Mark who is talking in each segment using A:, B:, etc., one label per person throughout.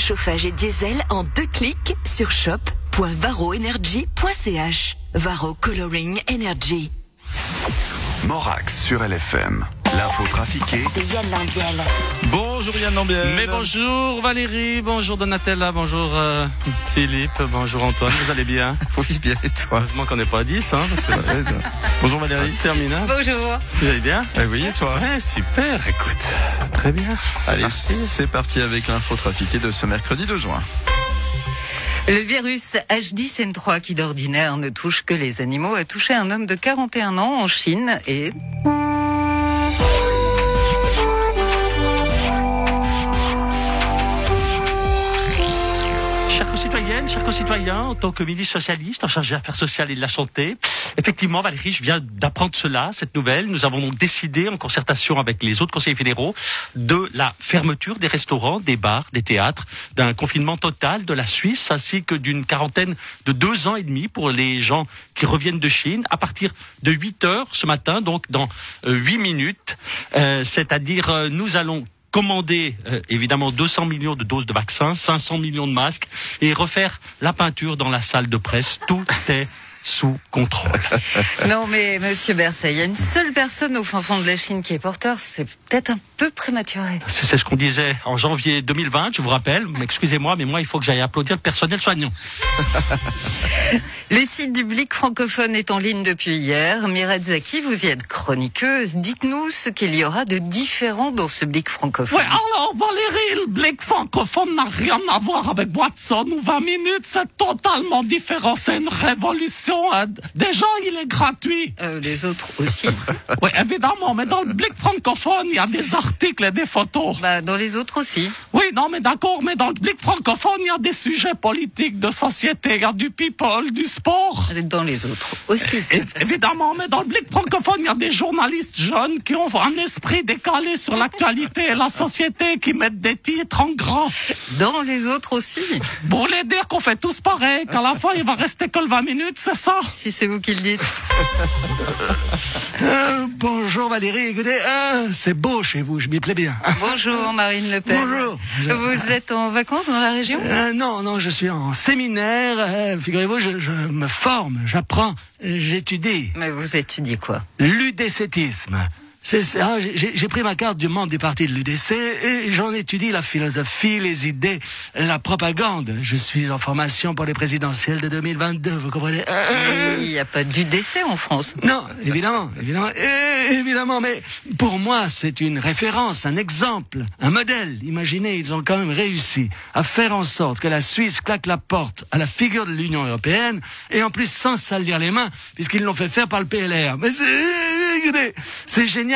A: Chauffage et diesel en deux clics sur shop.varoenergy.ch. Varo Coloring Energy.
B: Morax sur LFM. L'info trafiquée
C: de Yann Lambiel.
D: Bonjour Yann Lambiel.
E: Mais bonjour Valérie, bonjour Donatella, bonjour euh, Philippe, bonjour Antoine, vous allez bien
D: Oui, bien et toi
E: Heureusement qu'on n'est pas à 10, hein, parce que
D: Ouais, ça. Bonjour Valérie.
F: Ah,
E: Termina,
C: Bonjour.
E: vous allez bien
D: Eh oui, et toi
E: Ouais, super, écoute, très bien. C'est
D: Allez,
E: parti.
D: c'est parti avec l'info trafiquée de ce mercredi 2 juin.
G: Le virus H10N3 qui d'ordinaire ne touche que les animaux a touché un homme de 41 ans en Chine et
H: Chers concitoyennes, chers concitoyens, en tant que ministre socialiste en charge des affaires sociales et de la santé, effectivement, Valérie, je viens d'apprendre cela, cette nouvelle. Nous avons donc décidé, en concertation avec les autres conseillers fédéraux, de la fermeture des restaurants, des bars, des théâtres, d'un confinement total de la Suisse, ainsi que d'une quarantaine de deux ans et demi pour les gens qui reviennent de Chine, à partir de 8 heures ce matin, donc dans euh, huit minutes. Euh, C'est-à-dire, euh, nous allons commander euh, évidemment 200 millions de doses de vaccins, 500 millions de masques et refaire la peinture dans la salle de presse. Tout est sous contrôle.
G: non mais Monsieur Berset, il y a une seule personne au fin fond de la Chine qui est porteur, c'est peut-être un peu prématuré.
H: C'est c'est ce qu'on disait en janvier 2020, je vous rappelle. Excusez-moi, mais moi, il faut que j'aille applaudir le personnel soignant.
G: Le site du Blic francophone est en ligne depuis hier. Mirad Zaki, vous y êtes chroniqueuse. Dites-nous ce qu'il y aura de différent dans ce Blic francophone.
H: Ouais, alors Valérie, le Blick francophone n'a rien à voir avec Watson ou 20 minutes, c'est totalement différent, c'est une révolution. hein. Déjà, il est gratuit.
G: Euh, les autres aussi.
H: Oui, évidemment, mais dans le Blick francophone, il y a des articles et des photos.
G: bah, dans les autres aussi.
H: Oui, non, mais d'accord, mais dans le Blick francophone, il y a des sujets politiques, de société, il y a du people, du sport.
G: Dans les autres aussi.
H: É- Évidemment, mais dans le Blick francophone, il y a des journalistes jeunes qui ont un esprit décalé sur l'actualité et la société, qui mettent des titres en grand.
G: Dans les autres aussi.
H: Bon, les dire qu'on fait tous pareil, qu'à la fin, il va rester que le 20 minutes, c'est ça
G: Si c'est vous qui le dites.
F: Bonjour Valérie, écoutez, euh, c'est beau chez vous, je m'y plais bien.
G: Bonjour Marine Le Pen.
F: Bonjour.
G: Vous êtes en vacances dans la région
F: Euh, non, non, je suis en séminaire, euh, figurez-vous, je, je me forme, j'apprends, euh, j'étudie.
G: Mais vous étudiez quoi
F: L'udécétisme. C'est ça, j'ai j'ai pris ma carte du membre du parti de l'UDC et j'en étudie la philosophie, les idées, la propagande. Je suis en formation pour les présidentielles de 2022, vous comprenez Euh, euh,
G: Il n'y a pas du décès en France.
F: Non, évidemment, évidemment, euh, évidemment, mais pour moi, c'est une référence, un exemple, un modèle. Imaginez, ils ont quand même réussi à faire en sorte que la Suisse claque la porte à la figure de l'Union européenne, et en plus sans salir les mains, puisqu'ils l'ont fait faire par le PLR. Mais c'est, écoutez, c'est génial.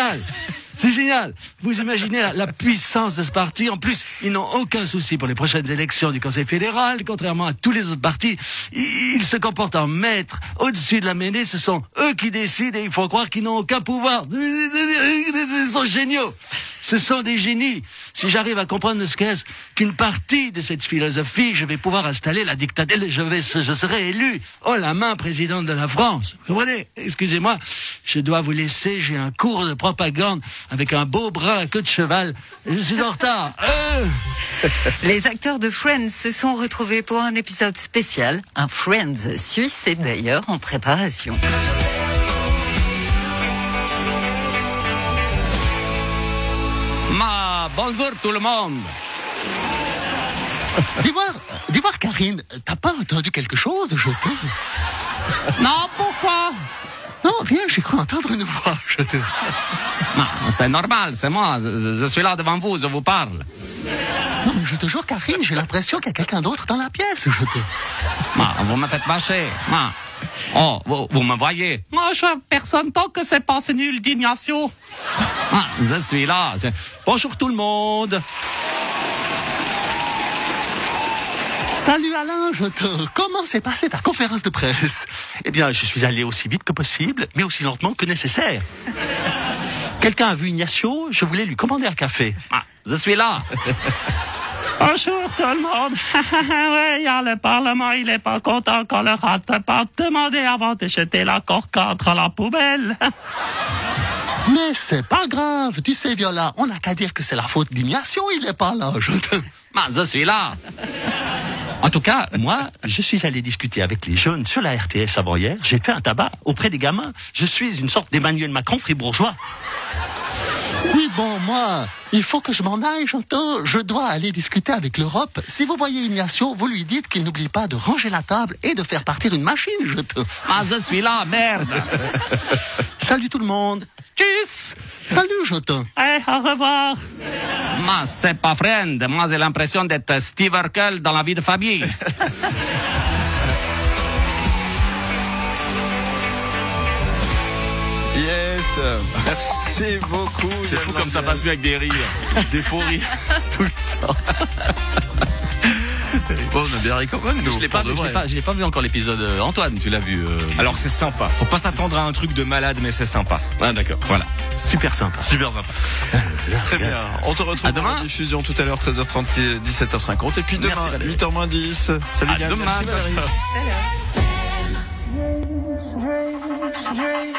F: C'est génial. Vous imaginez la, la puissance de ce parti. En plus, ils n'ont aucun souci pour les prochaines élections du Conseil fédéral. Contrairement à tous les autres partis, ils, ils se comportent en maîtres. Au-dessus de la mêlée, ce sont eux qui décident et il faut croire qu'ils n'ont aucun pouvoir. Ils sont géniaux. Ce sont des génies. Si j'arrive à comprendre ne serait-ce qu'une partie de cette philosophie, je vais pouvoir installer la dictature. Je vais, je serai élu. Oh la main, présidente de la France. Vous comprenez Excusez-moi, je dois vous laisser. J'ai un cours de propagande avec un beau bras à queue de cheval. Je suis en retard. Euh
G: Les acteurs de Friends se sont retrouvés pour un épisode spécial. Un Friends suisse est d'ailleurs en préparation.
H: Ma, bonjour tout le monde.
I: Dis voir, dis voir, Karine, t'as pas entendu quelque chose, je trouve
H: Non, pourquoi
I: Non, rien, j'ai cru entendre une voix, je te...
H: Non, C'est normal, c'est moi, je, je- je suis là devant vous, je vous parle.
I: Non, mais je te jure, Karine, j'ai l'impression qu'il y a quelqu'un d'autre dans la pièce, je te...
H: Ma, vous me faites bâcher. Ma. Oh, vous, vous me voyez Moi, je personne tant que c'est pas nul d'ingnation. Ah, je suis là. Je- Bonjour tout le monde.
I: Salut Alain, je te... Comment s'est passée ta conférence de presse
H: Eh bien, je suis allé aussi vite que possible, mais aussi lentement que nécessaire. Quelqu'un a vu Ignacio, je voulais lui commander un café. Ah, je suis là. Bonjour tout le monde. oui, le Parlement, il est pas content qu'on le rate pas demander avant de jeter la corcadre à la poubelle.
I: Mais c'est pas grave, tu sais, Viola, on n'a qu'à dire que c'est la faute d'Ignacio, il est pas là, je te...
H: Ben, je suis là. En tout cas, moi, je suis allé discuter avec les jeunes sur la RTS avant-hier. J'ai fait un tabac auprès des gamins. Je suis une sorte d'Emmanuel Macron fribourgeois.
F: Oui, bon, moi, il faut que je m'en aille, j'entends. Je dois aller discuter avec l'Europe. Si vous voyez Ignacio, vous lui dites qu'il n'oublie pas de ranger la table et de faire partir une machine, je te.
H: Ah, je suis là, merde.
F: Salut tout le monde.
H: Tchuss.
F: Salut, j'entends.
H: Eh, au revoir. Moi, c'est pas friend. Moi, j'ai l'impression d'être Steve Urkel dans la vie de famille.
D: Yes. Merci beaucoup.
E: C'est fou
D: Yann
E: comme ça
D: Lambiel.
E: passe mieux avec des rires, des faux rires.
D: Bon, on a bien ri quand même, nous,
E: Je l'ai
D: pour
E: pas,
D: de
E: vu- je l'ai
D: vrai.
E: pas, je l'ai pas vu encore l'épisode. euh, Antoine, tu l'as vu. euh,
J: Alors c'est sympa. Faut pas s'attendre à un truc de malade, mais c'est sympa.
E: Ah d'accord.
J: Voilà.
H: Super sympa.
E: Super sympa.
D: Très bien. On te retrouve
E: À demain.
D: dans la diffusion tout à l'heure, 13h30, 17h50. Et puis demain,
E: Merci, Valérie.
D: 8h 10. Salut,
E: À
D: Yann.
E: demain.
D: Merci, Valérie.